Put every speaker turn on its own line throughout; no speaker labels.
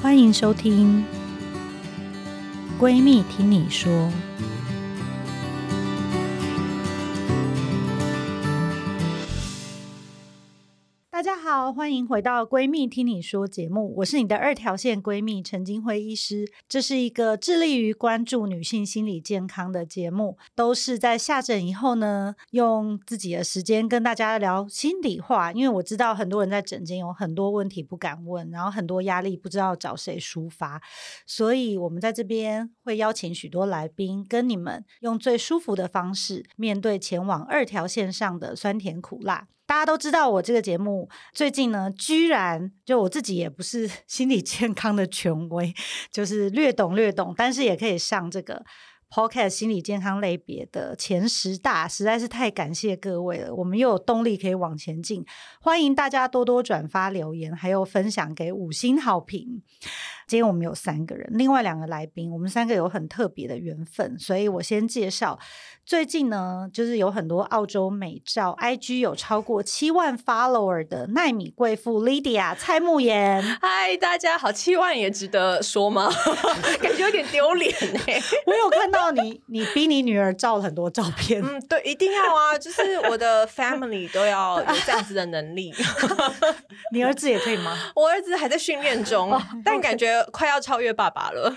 欢迎收听《闺蜜听你说》。大家好，欢迎回到《闺蜜听你说》节目，我是你的二条线闺蜜陈金辉医师。这是一个致力于关注女性心理健康的节目，都是在下诊以后呢，用自己的时间跟大家聊心里话。因为我知道很多人在诊间有很多问题不敢问，然后很多压力不知道找谁抒发，所以我们在这边会邀请许多来宾，跟你们用最舒服的方式面对前往二条线上的酸甜苦辣。大家都知道我这个节目最近呢，居然就我自己也不是 心理健康的权威，就是略懂略懂，但是也可以上这个 Podcast 心理健康类别的前十大，实在是太感谢各位了，我们又有动力可以往前进。欢迎大家多多转发留言，还有分享给五星好评。今天我们有三个人，另外两个来宾，我们三个有很特别的缘分，所以我先介绍。最近呢，就是有很多澳洲美照，IG 有超过七万 follower 的奈米贵妇 Lydia 蔡慕妍，
嗨，大家好，七万也值得说吗？ 感觉有点丢脸哎。
我有看到你， 你逼你女儿照了很多照片，
嗯，对，一定要啊，就是我的 family 都要有这样子的能力。
你儿子也可以吗？
我儿子还在训练中，但感觉快要超越爸爸了。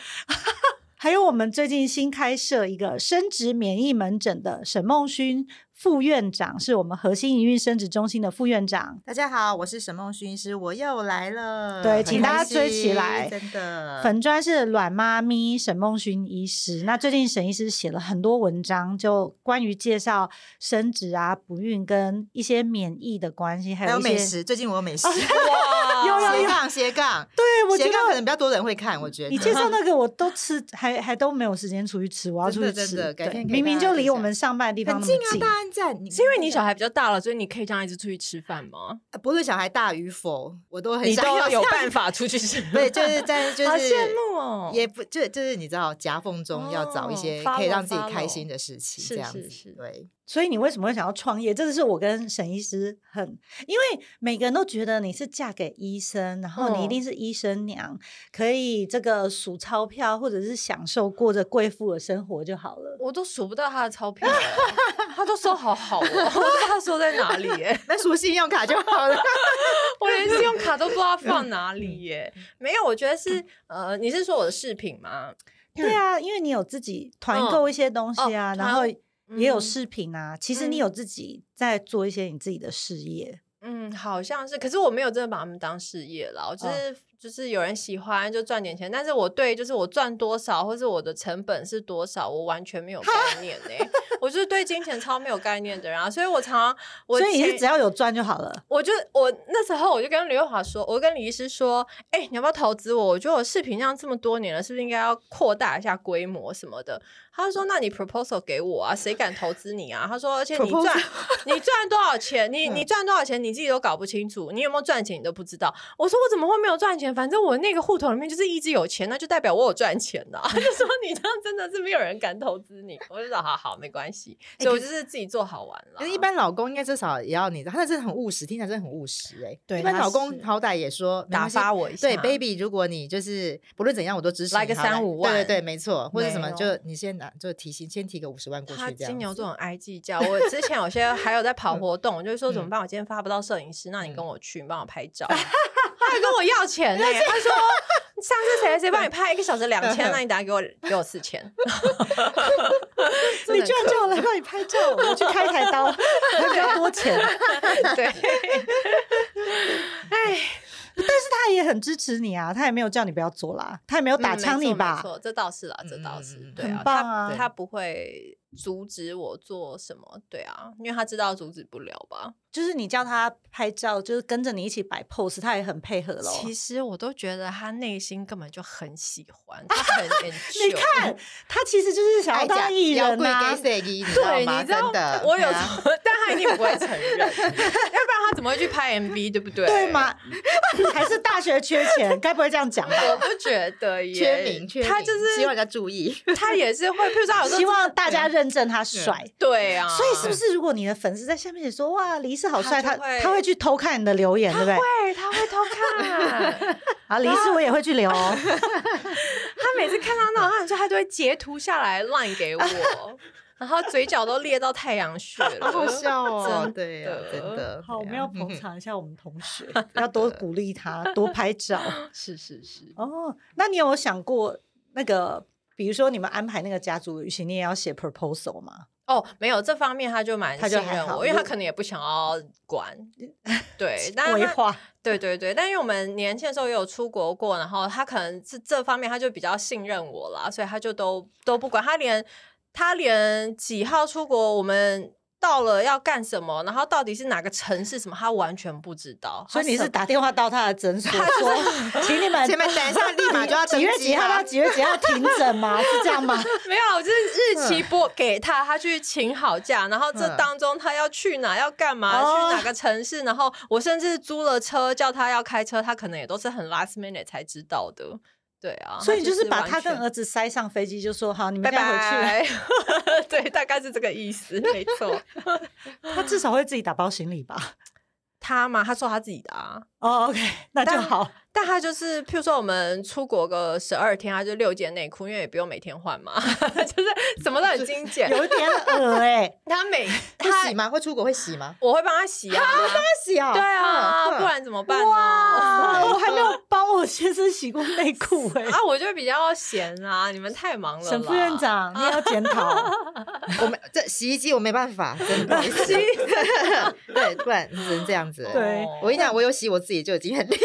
还有我们最近新开设一个生殖免疫门诊的沈梦勋副院长，是我们核心营运生殖中心的副院长。
大家好，我是沈梦勋医师，我又来了。
对
嗯很
请大家
开心
追起来
真的。
粉专是卵妈咪沈梦勋医师。那最近沈医师写了很多文章，就关于介绍生殖啊、不孕跟一些免疫的关系，还
还
有
有
一
美
些。
食，最近我 有美食，
哇，
有有
斜杠斜杠，
对，我觉
斜杠可
得
能比较多人会看，我觉
你介
得。
绍那个我都吃，还还都没有时间出去吃，我要出
真
去
的
吃。
真的改
对
天可以
明明
大家
就
分
离我
享
们上班的地方
很
那
近
么
啊，
近，
大安站。你
是因为你小孩比较大了，所以你可以这样一直出去吃饭吗？
呃不论小孩大与否，我都很
你
想
都
要
有
上
办法出去吃，
对， 就是在就
好
是
羡慕哦。
也不就就是你知道夹缝中要找一些
哦
可以
follow，
让自己开
follow
心的事情，
是
这样子
是是
对。
所以你为什么会想要创业？这个是我跟沈医师很，因为每个人都觉得你是嫁给医生，然后你一
嗯
定是医生娘，可以这个数钞票，或者是享受过着贵妇的生活就好
嗯
了。
我都数不到他的钞票了， 他都收好好哦， 我都不知道他收在哪里耶。
那输信用卡就好了，
我连信用卡都不知道放哪
嗯
里耶。没有，我觉得是呃，你是说我的饰品吗？
对啊，因为你有自己
嗯
团购一些东西啊，
哦
然后
团
也有
嗯
饰品啊。其
嗯
实你有自己在做一些你自己的事业，
嗯，好像是，可是我没有真的把他们当事业啦，
哦
我就是、就是有人喜欢就赚点钱，但是我对就是我赚多少或是我的成本是多少，我完全没有概念 呢、我就是对金钱超没有概念的人啊，所以我常常我
所以你是
前
只要有赚就好了。
我就我那时候我就跟刘月华说，我跟李医师说，哎、你要不要投资我？我觉得我视频上这么多年了，是不是应该要扩大一下规模什么的？他就说，那你 proposal 给我啊，谁敢投资你啊？他说，而且你
Proposal
赚你赚多少钱，你
嗯
你赚多少钱你自己都搞不清楚，你有没有赚钱你都不知道。我说我怎么会没有赚钱？反正我那个户头里面就是一直有钱，那就代表我有赚钱呐、 他就说你这样真的是没有人敢投资你。我就说好好没关系，所以我就是自己做好玩了。
哎可是一般老公应该至少也要你，他那真的很务实，听起来真的很务实哎、
对
一般
他
老公
是
好歹也说没
打
关系
发我一下，
对，baby，如果你就是不论怎样，我都支持你。
来个
好吧
35万
对对对，没错，或者什么，
没
就你先拿，就提薪，先提个五十万过
他
去这样子。
金牛座很爱计较，我之前有些还有在跑活动，我就是说怎么办？我今天发不到摄影师，那你跟我去，你帮我拍照。他还跟我要钱呢、欸他说上次谁谁谁帮你拍一个小时两千，那你打给我给我四千。
你居然叫我来帮你拍照，我去开一台 刀，还比较
啊
多钱。
对，
他也很支持你啊，他也没有叫你不要做啦，他也没有 打
嗯
枪
没错
你吧
没？错，这倒是啦，这倒
嗯嗯
是
嗯嗯
对啊，
很棒啊
他他不会阻止我做什么，对啊，因为他知道阻止不了吧。
就是你叫他拍照，就是跟着你一起摆 pose，他也很配合咯。
其实我都觉得他内心根本就很喜欢，他 很 enjoy。
你
哦
看，他其实就是想要
爱
当
讲
艺
要
人啊
贵
呐、
给谁你知道
啊对，
吗？
你知道
真的，
我有
对
时
啊
候，但他一定不会承认， 要不然他怎么会去拍 MV，对不对？
对？ 吗？还是大学缺钱，该不会这样讲吧？
我不觉得耶，
缺名，缺名，
他就是
希望人家注 意。
他也是会，譬如说他有时候
希望大家认证他帅。
啊对啊，
所以是不是如果你的粉丝在下面写说哇李医师好帅，
他
他
就会啊
他会去偷看你的留言，对不对？
对他会偷看？
啊，李医师我也会去留哦。
他每次看到那种，他很说他都会截图下来乱给我，然后嘴角都裂到太阳穴了，
好好 笑哦，
真
对呀，
的
真的。
好，我
对啊嗯
们
呀
要捧场一下我们同 学，要多鼓励他，多拍照。
是是是，
哦，那你有想过那个，比如说你们安排那个家族旅行，你也要写 proposal 吗？
哦，没有这方面他就蛮
他就
信
还
任
好
我，因为
就
他可能也不想要管，对，但
规
是他
划
对对对，但因为我们年轻的时候也有出国过，然后他可能是这方面他就比较信任我啦，所以他就都都不管，他连他连几号出国，我们。到了要干什么，然后到底是哪个城市什么，他完全不知道。
所以
他
你
什
是打电话到他的诊 所说，请你们
前面 等一下，立马就要
几月
登
几
机
号到
啊！
几月几号停诊吗？是这样 吗？
没有，我就是日
嗯
期拨给他，他去请好假，然后这
嗯
当中他要去哪，要干嘛，
哦
去哪个城市，然后我甚至租了车叫他要开车，他可能也都是很 last minute 才知道的。对啊，
所以你
就
就是把
完
他跟
全
儿子塞上飞机，就说好，你们
拜
现在回去。
拜， 对，大概是这个意思，没错。
他至少会自己打包行李吧？
他嘛，他说他自己的啊。
哦，OK，那就
但
好。
但他就是，譬如说我们出国个十二天，他就六件内裤，因为也不用每天换嘛， 就是什么都很精简。
有一点 恶哎，
他每
会
他
洗吗？会出国会洗吗？
我会帮他洗啊，
洗啊
对啊，不然怎么办呢？
哇，哦我还没有
哦
帮我先生洗过内裤哎。
啊，我就比较闲啊，你们太忙了啦。哦
沈副院长，你也要检讨。
我没这洗衣机我没办法，真的洗。 对，不然只能这样子。
对
哦
我跟你讲，我有洗我自己就已经很厉害。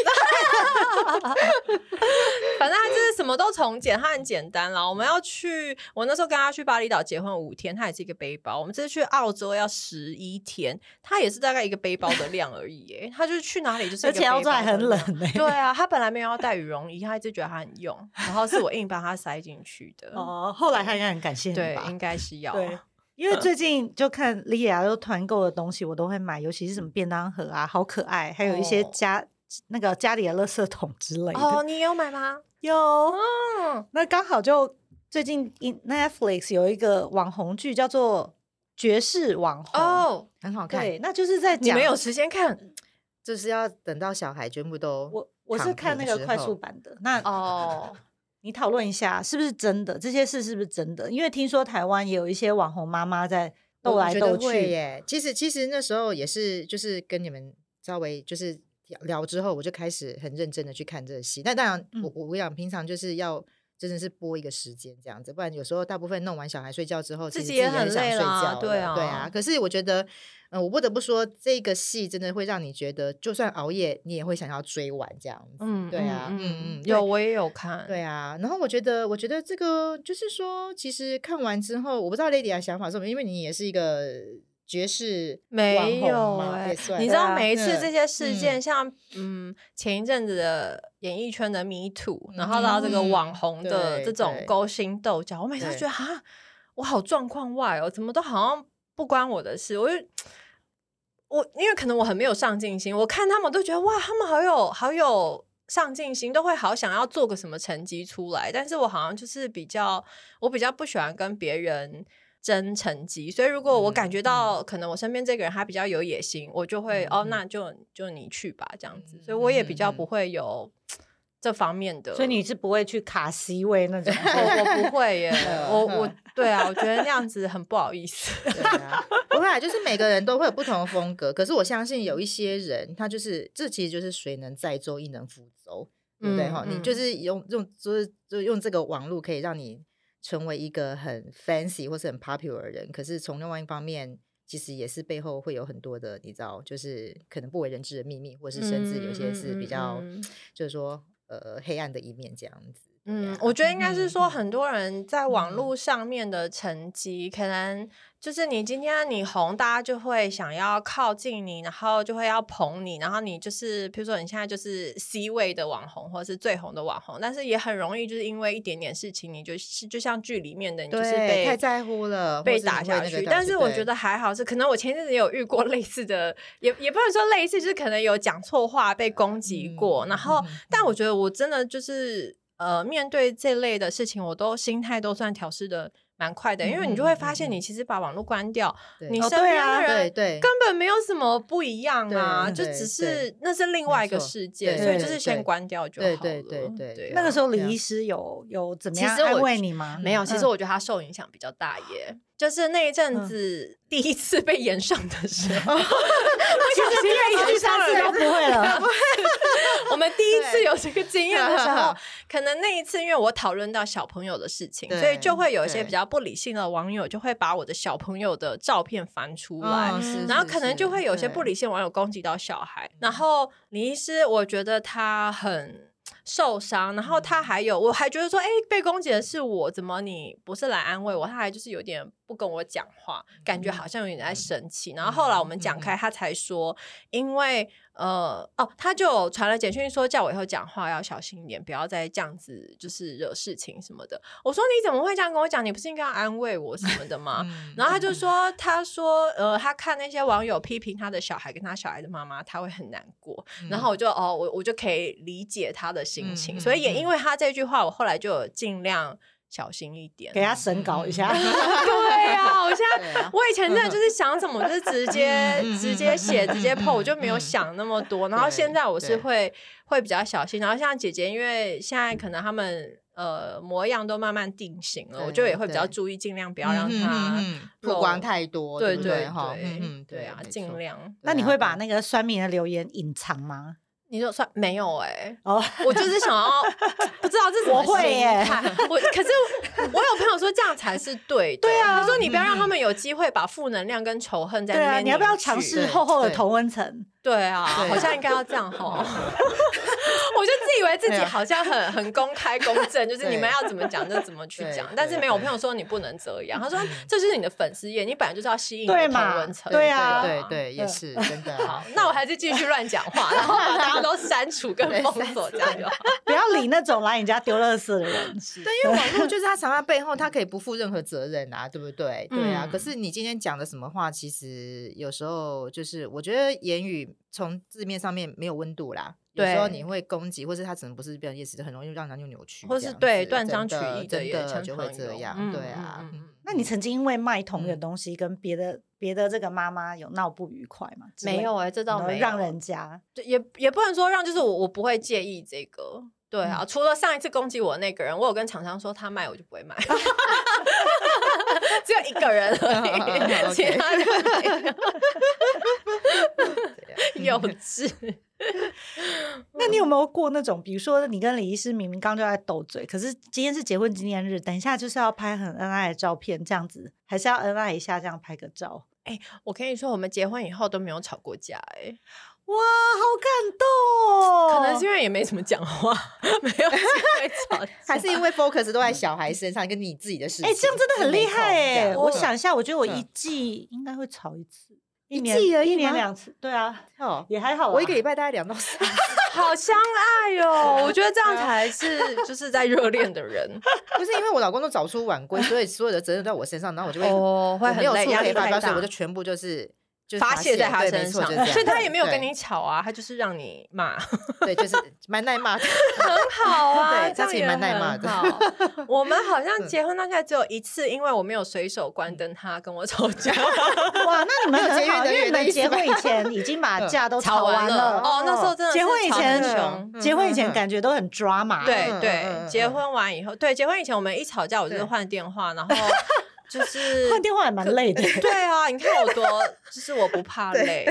反正他就是什么都从简，他很简单啦。我们要去，我那时候跟他去巴厘岛结婚五天，他也是一个背包。我们这次去澳洲要十一天，他也是大概一个背包的量而已、耶。他就是去哪里 就是一
而
个
且澳洲还
背包的
很冷
量。
哎、
对啊，他本来没有要带羽绒衣，他一直觉得他很用，然后是我硬把他塞进去的。
哦，后来他应该很感谢你
对，
吧
应？该哦嗯是要。啊
对因为最近就看莉亚都团购的东西，我都会买，尤其是什么便当盒啊，好可爱，还有一些
哦
家、那个家里的垃圾桶之类的。
哦，你有买吗？
有，
嗯，
那刚好就最近 in- Netflix 有一个网红剧叫做《绝世网红》，
哦，
很好看，
对，那就是在
你
讲
没有时间看
就是要等到小孩全部都
我我是
躺
看那
平
个
之
快
后
速版的，那
哦。
你讨论一下是不是真的？这些事是不是真的？因为听说台湾也有一些网红妈妈在斗
我
来
觉
斗
得会
去，
耶。其实其实那时候也是，就是跟你们稍微就是聊聊之后，我就开始很认真的去看这个戏。但当然，
嗯
我我我想平常就是要。真的是播一个时间这样子，不然有时候大部分弄完小孩睡觉之后，
自
其实
己
自
也很
很想
累
睡
啦
觉了
对啊
对啊。可是我觉得，嗯，我不得不说，这个戏真的会让你觉得，就算熬夜，你也会想要追完这样子。
嗯，
对啊
嗯
嗯
嗯，
嗯
有
对
我也有看，
对啊，然后我觉得，我觉得这个就是说，其实看完之后，我不知道 Lady 的想法是什么，因为你也是一个爵士网
没有
红嘛
哎、
也算
你知
对
道
啊
每一次这
嗯
些事件，像嗯前一阵子的演艺圈的 Me Too，然后到这个
嗯
网红的
对
这种
对
勾心斗角，我每次都
对
觉得啊，我好状况外哦，怎么都好像不关我的事，我就。我因为可能我很没有上进心，我看他们都觉得哇，他们好有好有上进心，都会好想要做个什么成绩出来。但是我好像就是比较，我比较不喜欢跟别人争成绩，所以如果我
嗯
感觉到可能我身边这个人他比较有野心，我就会、
嗯
哦，
嗯
那就就你去吧这样子。
嗯
所以我也比较
嗯嗯，
不会有这方面的，
所以你是不会去卡 C 位那种。哦
我我不会耶我我对啊，我觉得那样子很不好意思。
对啊，不会啊，就是每个人都会有不同的风格。可是我相信有一些人，他就是这其实就是水能载舟，亦能覆舟，对不对？
嗯
哈、
嗯
你就是用用就是就用这个网络可以让你成为一个很 fancy 或是很 popular 的人，可是从另外一方面。其实也是背后会有很多的，你知道，就是可能不为人知的秘密，或是甚至有些是比较，
嗯嗯嗯嗯
就是说呃黑暗的一面这样子。
嗯
啊，
我觉得应该是说，
嗯嗯
很多人在网
嗯
络上面的成绩，可能就是你今天你红，大家就会想要靠近你，然后就会要捧你，然后你就是，比如说你现在就是 C 位的网红，或者是最红的网红，但是也很容易就是因为一点点事情，你就是就像剧里面的，你就是被
对，太在乎了，
被
或是你
打
会
下
那个
去。但是我
对
觉得还好是，可能我前阵子也有遇过类似的，也也不能说类似，就是可能有讲错话被攻击
嗯
过。然后
嗯嗯，
但我觉得我真的就是呃，面对这类的事情，我都心态都算调试的。蛮快的，因为你就会发现，你其实把网络关掉，
对
你
哦
身
对
边
啊
的
嗯对
人
对
根本没有什么不一样啊，
对
就
对
只
对
是那是另外一个
没错
世界，
对
所以就是
对
先
对
关掉就好
对
了。
对对对
对啊，啊
那个时候
对啊
李医师有有怎么
其
样
实我
安慰
觉
你吗？
没有，其实
嗯
我觉得他受影响比较大耶。就是那一阵子第一次被延上的时 候，
其实第二次、第三次都不会了。
我们第一次
对
有这个经验的时候， 可能那一次因为我讨论到小朋友的事情，
对
所以就会有一些
对
比较不理性的网友就会把我的小朋友的照片翻出来，
嗯是
然后
是
可能
是
就会有一些
对嗯
不理性网友攻击到小孩。然后李医师，我觉得他很。受伤，然后
嗯
他还有，我还觉得说，哎、被攻击的是我，怎么你不是来安慰我？他还就是有点不跟我讲话，感
嗯
觉好像有点在生气。然后后来我们讲开，他才说，因为呃，哦，他就有传了简讯说，叫我以后讲话要小心一点，不要再这样子，就是惹事情什么的。我说你怎么会这样跟我讲？你不是应该要安慰我什么的吗？
嗯
啊然后他就说，他说，呃，他看那些网友批评他的小孩跟他小孩的妈妈，他会很难过。然后我就哦，我我就可以理解他的心情，
嗯
所以也
嗯
因为他这句话，我后来就有尽量小心一点。
给他审稿一下，
对啊，我现在。
对啊
我以前真的就是想怎么，就是直接
嗯嗯嗯
直接写、
嗯
直接
嗯
po，我就
嗯
没有
嗯
想那么多。然后
对
现在我是
对
会会比较小心。然后像姐姐，因为现在可能他们呃模样都慢慢定型了，我就
对
也会比较
对
注意，尽量不要让他
嗯嗯嗯嗯曝光太多，
对
不
对
哈，嗯嗯，
对啊，
没
尽
错
量。
那你会把
对啊
那个酸民的留言隐藏吗？
你就算没有 哎、
哦，
我就是想要不知道这怎么
我会
心
耶
态我可是我有朋友说这样才是对的。对啊，他说你不
嗯
要让他们有机会把负能量跟仇恨在
对
那
啊，
边。
你要不要尝试
对
厚厚的
对
同温层？
对啊，
对哦
好像应该要这样哈。 我就自以为自
啊
己好像很很公开公正，就是你们要怎么讲就怎么去
对
讲。但是
对
没有，我
对嗯
朋友说你不能这样，他说这就是你的粉丝页，你本来就是要吸引你
对
的
嘛
同文层。
对
对
啊
对对，也 是真的。
好，那我还是继续乱讲话，然后把大家都删除跟
对
封锁，这样就好。
不要理那种来你家丢垃圾的人。
对，因为网络就是他藏在背后，他可以不负任何责任啊，对不对？对啊。
嗯
可是你今天讲的什么话，其实有时候就是，我觉得言语从字面上面没有温度啦。有时候
对
你会攻击，或是他只能不是表意思，很容易让人就扭曲这
或
样
是
子，
对断章
真的
取义的
真
也
的
常
就会
常
这
有
样，
嗯
对
嗯
啊
嗯。嗯
嗯
那你曾经因为卖同一个
嗯
东西跟别的别的这个妈妈有闹不愉快吗？之类
没有哎、这
然
倒
后
没有
让人家
对也也不能说让，就是我我不会介意这个。对啊，除了上一次攻击我那个人，我有跟厂商说他卖我就不会卖，只有一个人而已，
OK
其他人
对啊
没有幼稚。
那你有没有过那种，比如说你跟李医师明明刚就在斗嘴，可是今天是结婚纪念日，等一下就是要拍很恩爱的照片，这样子还是要恩爱一下，这样拍个照。
我跟你说，我们结婚以后都没有吵过架、哎，
哇，好感动哦！
可能是因为也没怎么讲话，没有机会吵架。
还是因为 focus 都在小孩身上，跟你自己的事情。
哎、这样真的很厉害哎、
就没空这样
我想一下，我觉得我一
嗯
季应该会吵一次，一
一
年
季而已
一年
吗
两次，对啊，
哦，
也还好啊。
我一个礼拜大概两到三 次，
好相爱哦，我觉得这样才是就是在热恋的人
不是因为我老公都早出晚归，所以所有的责任都在我身上，然后我就会
哦，会
我
很
没有
累，
处
压
可
力
以发
太
飙，所以
大
我就。全部就是就是
发泄在他
对
身
没错
上
就是这，样
所以他也没有跟
对
你吵啊，他就是让你骂，很
对，就是蛮 耐骂的。
好啊，
对他其实蛮耐骂的
的。我们好像
嗯
结婚到现在只有一次，因为我没有随手关灯，他跟我吵 架，
哇，那你们
没有
很
节约
好，因
能
为
源
你
的
们
意思
结婚以
吧
前已经把
嗯
架都
吵
吵完
了。
了。
哦，那时候真的
结婚以前
是吵得很
嗯
凶。
结婚以前
嗯嗯
感觉都很抓马，
对
嗯嗯
对，
嗯
结
嗯
婚完以后，对结婚以前我们一吵架，我就是
对
换电话，然后就是
换电话也蛮累 的。
对啊，你看我多，就是我不怕累，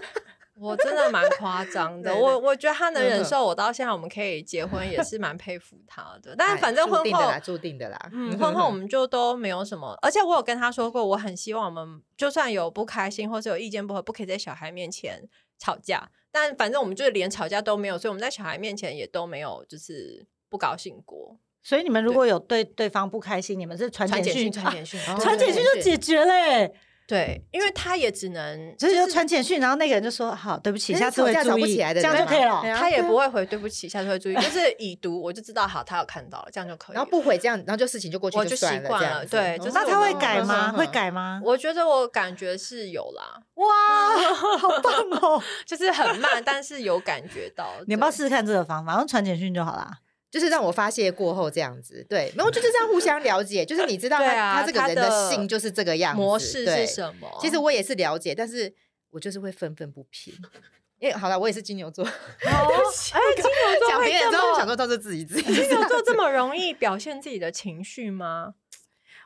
我真的蛮夸张的。
对对
我我觉得他能忍
嗯
受我到现在，我们可以结婚，也是蛮佩服他的。 但
哎
啊反正
注
婚
定的
后
啦，，注定的啦。
嗯，婚后我们就都没有什么。而且我有跟他说过，我很希望我们就算有不开心或是有意见不合，不可以在小孩面前吵架。但反正我们就是连吵架都没有，所以我们在小孩面前也都没有就是不高兴过。
所以你们如果有对对方不开心，你们是传
传简
讯，
讯，传
传
简讯，
哦
传简讯就解决嘞，
对，因为他也只能
就是哎就传简讯，然后那个人就说好，对不起，
可是
下次会
吵架
注
吵不
意，
起来的
这样就
人
可以
嘛
了
对。啊
他也不会回对不起，下次会注意，就是已读我就知道，好，他有看到了，这样就可以。
然后，不回这样，然后就事情就过去
我就习
算了，
惯
这
了
样子哦
对就是
那他会
我
改吗？
嗯嗯嗯
会改吗？
我觉得我感觉是有啦，
哇，好棒哦！
就是很慢，但是有感觉到。
你要不要
对
试试看这个方法？然后传简讯就好啦。
就是让我发泄过后这样子，对，没有就是这样互相了解，就是你知道他、
对啊
他这个
他
人
的
性就是这个样子，
模式
对
是什么？
其实我也是了解，但是我就是会愤愤不平。 因为好了，我也是金牛座，
哦， 哎，金牛座
讲
会
别人
这
之后
么
想说都是自己自己。
金 牛座这么容易表现自己的情绪吗？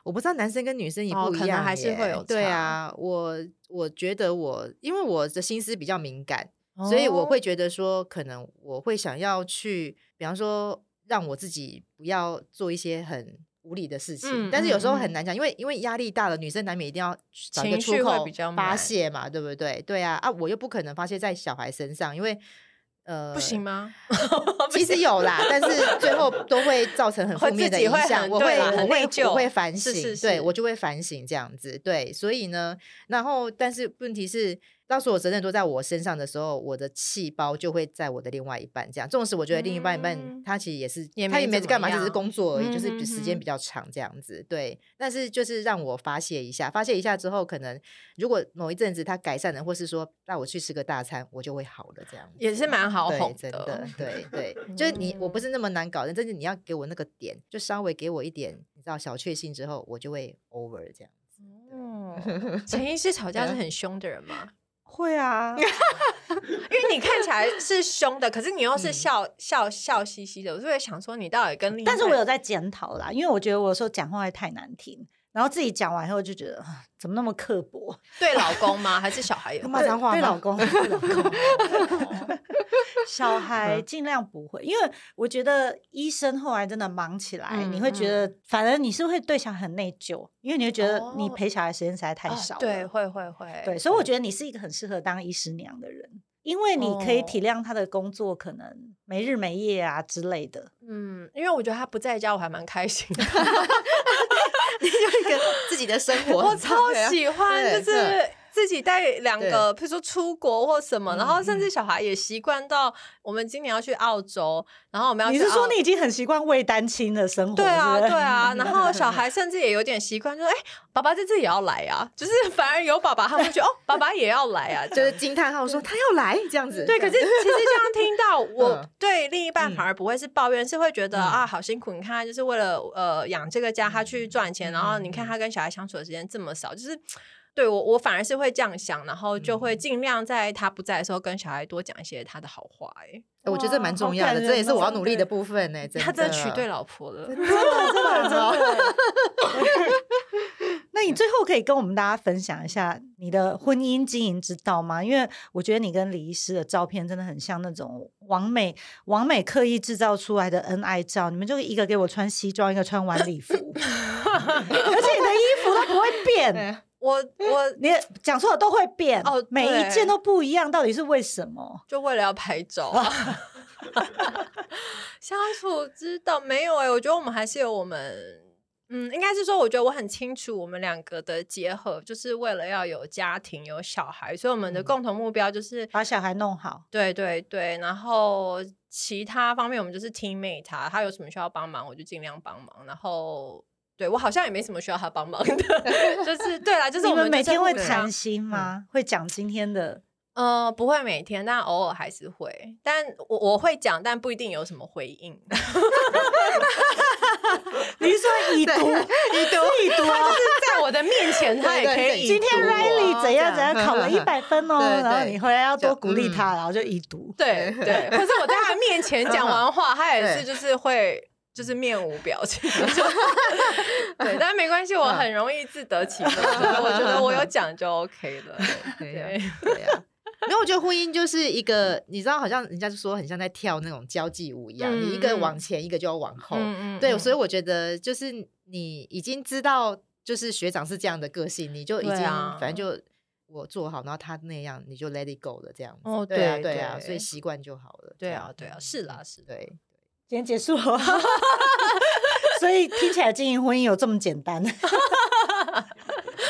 我不知道男生跟女生也
哦
不
可
一
能
样耶、
还是会有
对
差
啊，我我觉得我因为我的心思比较敏感，所以
哦
我会觉得说，可能我会想要去，比方说让我自己不要做一些很无理的事情，
嗯
但是有时候
嗯
很难讲，因为因为压力大了，女生难免一定要找一个
情
出
绪会
口
比较
发
难
泄嘛，对不对？对啊，啊，我又不可能发泄在小孩身上，因为呃，
不行吗？
其实有啦，但是最后都会造成很
会
负面
自
的
己
影
会
响。
很
我
对
会
啦
我
很内
会
疚
我会反省，
是是
对
是
我就会反省这样子。对，所以呢，然后但是问题是，当所有责任都在我身上的时候，我的气包就会在我的另外一半这样。纵使我觉得另一半一半、
嗯
他其实也是
也
他也
没
没
怎
干
么
嘛，只是
样
工作而已，就是
嗯
比
哼
时间
哼
比较长这样子。对，但是就是让我发泄一下，发泄一下之后，可能如果某一阵子他改善了，或是说让我去吃个大餐，我就会好了这样子。
也是蛮好
对，
哄
真
的
的，，对对，就是你，我不是那么难搞的，但是你要给我那个点，就稍微给我一点，你知道小确幸之后，我就会 over 这样。
哦，陈医师吵架
嗯
是很凶的人吗？
会啊，
因为你看起来是凶的，可是你又是
嗯
笑、笑笑嘻嘻的，我就会想说你到底跟另 一
但是
半
我有在检讨啦，因为我觉得我有时候讲话会太难听，然后自己讲完以后就觉得啊怎么那么刻薄，
对老公吗？还是小孩 有
骂脏话
对
吗
老公，对 老公，小孩
嗯
尽量不会，因为我觉得医生后来真的忙起来，
嗯
你会觉得，反而你是会对小孩很内疚，因为你会觉得你
哦
陪小孩时间实在太
哦
少了、
对，会会会，
对，所以我觉得你是一个很适合当医师娘的人，因为你可以体
哦
谅他的工作可能没日没夜啊之类的。
嗯，因为我觉得他不在家，我还蛮开心的。
就一个自己的生活，
我超喜欢，
对
就是自己带两个，
对
比如说出国或什么，
嗯
然后甚至小孩也习惯到我们今年要去澳洲，然后我们要
你
去
是说
澳
你已经很习惯为单亲的生活？
哦对啊，
是不
对
是
啊，然后小孩甚至也有点习惯，说：“哎、爸爸这次也要来啊！”就是反而有爸爸，他们觉得哦，爸爸也要来啊，
就
就是是
惊叹号说他要来这样子。
对。可是其实这样听到，我
嗯
对另一半
嗯
反而不会是抱怨，是会觉得
嗯
啊，好辛苦！你看，就是为了呃养这个家，他去赚钱，然后你看
嗯
他跟小孩相处的时间这么少，就是。对我，我反而是会这样想，然后就
嗯
会尽量在他不在的时候跟小孩多讲一些他的好话、
哎 我觉得这蛮
哇
重
好
要
感
的，
人
这也是
哦
我要
真
努力
的
的部分呢。
哎，他真的娶对老婆了，
真的
真的
真 的。那
嗯
你最后可以跟我们大家分享一下你的婚姻经营之道吗？因为我觉得你跟李医师的照片真的很像那种王美王美刻意制造出来的恩爱照，你们就一个给我穿西装，一个穿晚礼 服，而且你的衣服都不会变，
对，
我我
你的讲错的都会变
哦
每一
对
件都不一样，到底是为什么？
就为了要拍照、啊。 相处之道没有哎、我觉得我们还是有我们，嗯，应该是说，我觉得我很清楚我们两个的结合，就是为了要有家庭、有小孩，所以我们的
嗯
共同目标就是，
把小孩弄好，
对对对，然后其他方面我们就是 teammate 啊他、他有什么需要帮忙，我就尽量帮忙，然后。对我好像也没什么需要他帮忙的， 就是对啦，就是
你
我嗯
们每
就是
天会
互相
谈心吗？会讲今天的
呃，不会每天，但偶尔还是会。但我我会讲，但不一定有什么回应。
你是说已读已读已 读啊？
在我的面前，他也可
对对
以已
今天
读我
Riley 怎样
这
怎样 考了一百分哦，
对对
然后你回来要多
就
鼓励
嗯
他，然后就已读。
对对，或是我在他面前讲完话，他也是就是会。就是面无表情，就对，但没关系，我很容易自得其乐，就是我觉得我有讲就 OK 了。
对啊
对，
对啊。没有，我觉得婚姻就是一个，你知道，好像人家就说很像在跳那种交际舞一样，你一个
嗯嗯
往前，一个就要往后。
嗯
对，所以
以
我觉得就是你已经知道，就是学长是这样的个性，你就已
对
经、
啊
反正就我做好，然后他那样，你就 let it go 了这样子。
哦
对啊，
对
对啊，
对
所以习惯就好了。
对
这
啊
样
对啊是啦
嗯
是啦
对。
今天结束 了，所以听起来经营婚姻有这么简 单？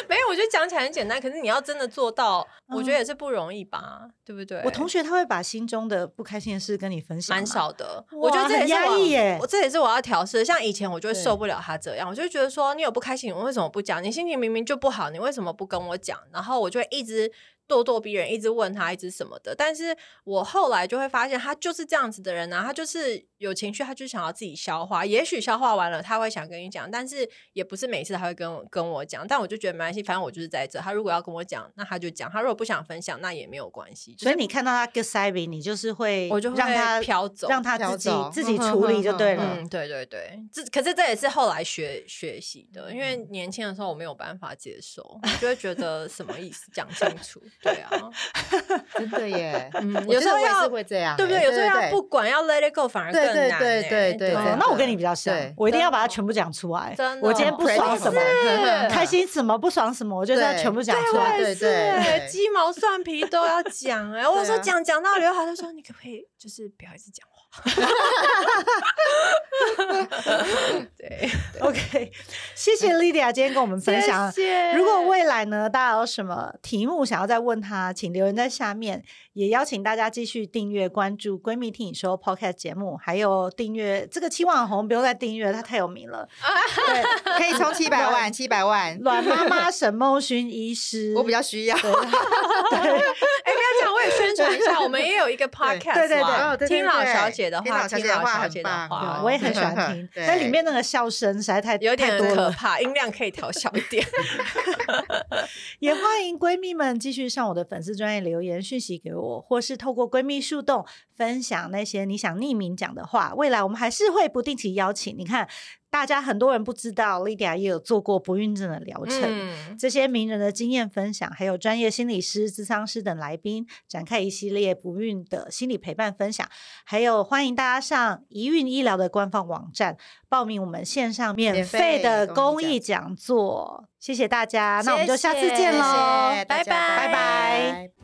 没有，我觉得讲起来很简单，可是你要真的做到，我觉得也是不容易吧，对不对？
我同学他会把心中的不开心的事跟你分享，
蛮。少的。我觉
哇
得这也
很
是
压
我
抑耶
我这也是我要调试的。像以前我就会
对
受不了他这样，我就觉得说你有不开心，你为什么不讲？你心情明明就不好，你为什么不跟我讲？然后我就会一直咄咄逼人，一直问他，一直什么的。但是我后来就会发现，他就是这样子的人啊，他就是有情绪，他就想要自己消化。也许消化完了，他会想跟你讲，但是也不是每次他会跟我跟我讲。但我就觉得没关系，反正我就是在这。他如果要跟我讲，那他就讲；他如果不想分享，那也没有关系。就是
所以你看到他 good s i d 你就是会
我就会
让他
飘走
让他
飘
自己
走
自己
哼
处理
哼
就
哼
对
哼
了。哦
嗯，对对对，这可是这也是后来学学习的，因为年轻的时候我没有办法接受，我就会觉得什么意思，讲清楚，对啊，
真 的耶。
嗯，
我
有时
真的
候
我也
要
是会这样欸，
对不对？有时候要
对
不管要 let it go 反而更
对对
难欸、
对对对
哦
对
那我跟你比较像
对，
我一定要把它
真的
全部讲出来
真。的
我今天不
我也
爽什么，
是
开心什么，不爽什么，我就是要全部讲出
我
来。
也
对
是
对
欸
对
鸡毛蒜皮都要讲哎、我有时候
对啊
讲讲到刘海，他说你可不可以就是不要一直讲话？ 对，
OK，谢谢 Lydia 今天跟我们分享。
谢谢
如果未来呢，大家有什么题目想要再问她，请留言在下面。也邀请大家继续订阅、关注“闺蜜听你说 ”Podcast 节目，还有订阅这个七网红不用再订阅，她太有名 了。
对，可以充七百 万，七百万，
阮妈妈沈梦勋医师，
我比较 需要。
哎，不要讲，我也宣传一下，我们也有一个 podcast，
对对对
嘛
哦对对
听老
对
小姐的
听
话，
老小
听
姐的
老
话
小
很
姐的
棒
话，
我也很喜欢听，
对
但里面那个笑声实在太
有点
太多
可
了。
怕，音量可以调小一 点。
也欢迎闺蜜们继续上我的粉丝专业留言讯息给我，或是透过闺蜜树洞分享那些你想匿名讲的话。未来我们还是会不定期邀请。你看，大家很多人不知道，Lydia 也有做过不孕症的疗程。
嗯，
这些名人的经验分享，还有专业心理师、咨商师等来宾，展开一系列不孕的心理陪伴分享。还有欢迎大家上宜孕医疗的官方网站报名我们线上免
免
费
费
的公
公益
益讲座。谢谢大家，那我们就下次
谢谢
见喽。
谢谢大
拜
家
拜
拜拜